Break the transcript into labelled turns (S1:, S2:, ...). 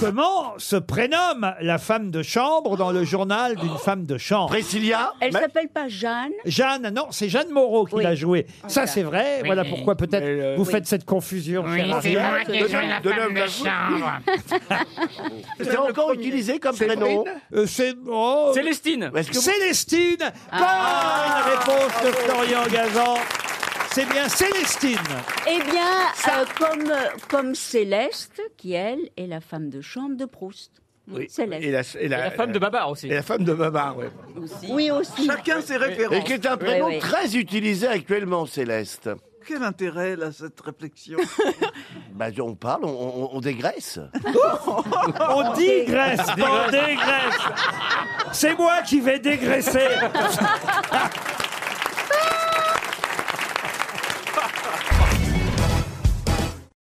S1: Comment se prénomme la femme de chambre dans le journal d'une femme de chambre
S2: Priscilla
S3: Elle s'appelle pas Jeanne.
S1: Jeanne, non, c'est Jeanne Moreau qui
S3: Oui.
S1: l'a joué. Ça,
S3: Voilà.
S1: c'est vrai.
S4: Oui.
S1: Voilà pourquoi peut-être
S2: Mais, euh,
S1: vous
S3: Oui.
S1: faites cette confusion,
S4: Oui,
S1: cher
S4: c'est
S1: Ariel.
S4: moi qui suis la
S2: de
S4: femme
S2: l'homme
S4: de
S2: la-
S4: chambre.
S2: C'est encore utilisé comme prénom.
S1: Euh, c'est. oh,
S5: Célestine
S2: Est-ce que vous-
S1: Célestine Bonne réponse de Florian Gazan. C'est bien Célestine.
S3: Eh bien, euh, comme, euh, comme Céleste, qui elle est la femme de chambre de Proust.
S2: Oui.
S3: Céleste.
S2: Et la, et
S5: Et
S2: la-
S5: la femme de Babar aussi.
S2: et la femme de Babar, ouais.
S3: Oui, aussi.
S6: Chacun ses
S2: Et
S6: références.
S2: qui est un prénom
S3: oui.
S2: très utilisé actuellement, Céleste.
S6: Quel intérêt, là, cette réflexion
S2: Bah, on parle, on, on- on dégraisse.
S1: On dégraisse, on dégraisse. C'est moi qui vais dégraisser.